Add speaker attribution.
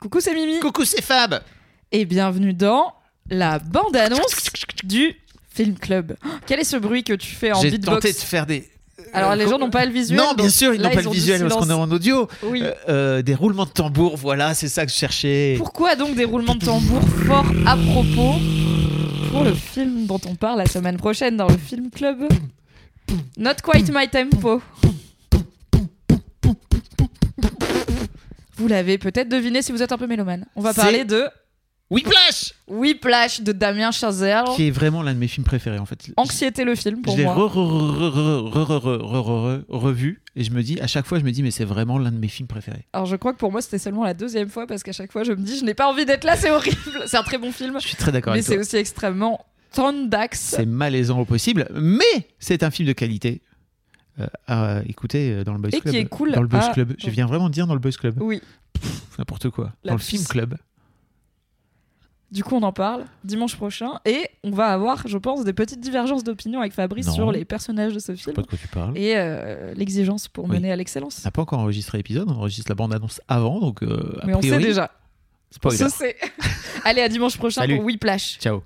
Speaker 1: Coucou, c'est Mimi
Speaker 2: Coucou, c'est Fab
Speaker 1: et bienvenue dans la bande-annonce du Film Club. Oh, Quel est ce bruit que tu fais en
Speaker 2: J'ai tenté de
Speaker 1: beatbox
Speaker 2: faire des.
Speaker 1: Alors
Speaker 2: euh,
Speaker 1: les gens n'ont pas le visuel.
Speaker 2: Non, bien
Speaker 1: donc
Speaker 2: sûr, ils
Speaker 1: là,
Speaker 2: n'ont pas
Speaker 1: ont
Speaker 2: le
Speaker 1: du
Speaker 2: visuel parce qu'on est
Speaker 1: silence.
Speaker 2: en audio.
Speaker 1: Oui.
Speaker 2: Euh, euh, des roulements de tambour, voilà, c'est ça que je cherchais.
Speaker 1: Pourquoi donc des roulements de tambour fort à propos pour le film dont on parle la semaine prochaine dans le Film Club Not quite my tempo. Vous l'avez peut-être deviné si vous êtes un peu mélomane. On va
Speaker 2: C'est-
Speaker 1: parler de
Speaker 2: Whiplash
Speaker 1: Whiplash de Damien Chazelle.
Speaker 2: Qui est vraiment l'un de mes films préférés en fait.
Speaker 1: Anxiété le film
Speaker 2: Je
Speaker 1: pour
Speaker 2: l'ai
Speaker 1: moi.
Speaker 2: re- re- re- re- re- re- re- re- re- revu et je me dis, à chaque fois, je me dis, mais c'est vraiment l'un de mes films préférés.
Speaker 1: Alors je crois que pour moi c'était seulement la deuxième fois parce qu'à chaque fois je me dis je n'ai pas envie d'être là, c'est horrible. C'est un très bon film,
Speaker 2: Je suis très d'accord
Speaker 1: mais
Speaker 2: avec toi.
Speaker 1: c'est aussi extrêmement tendax.
Speaker 2: C'est malaisant au possible, mais c'est un film de qualité. Euh, à écouter euh, dans le Boys
Speaker 1: Et qui
Speaker 2: Club.
Speaker 1: est cool
Speaker 2: Dans le Boys
Speaker 1: à-
Speaker 2: Club. Je viens vraiment de dire dans le Boys Club.
Speaker 1: Oui,
Speaker 2: Pff, N'importe quoi.
Speaker 1: La
Speaker 2: dans le
Speaker 1: puce.
Speaker 2: Film Club.
Speaker 1: du coup on en parle dimanche prochain et on va avoir je pense des petites divergences d'opinion avec Fabrice
Speaker 2: Non.
Speaker 1: sur les personnages de ce film
Speaker 2: de quoi tu parles.
Speaker 1: et euh, l'exigence pour
Speaker 2: Oui.
Speaker 1: mener à
Speaker 2: On
Speaker 1: l'excellence.
Speaker 2: n'a pas encore enregistré l'épisode, on enregistre la bande-annonce avant, donc euh, a
Speaker 1: Mais on sait
Speaker 2: priori,
Speaker 1: déjà, on
Speaker 2: spoiler.
Speaker 1: se sait. Allez à dimanche prochain
Speaker 2: Salut.
Speaker 1: pour Whiplash.
Speaker 2: Ciao.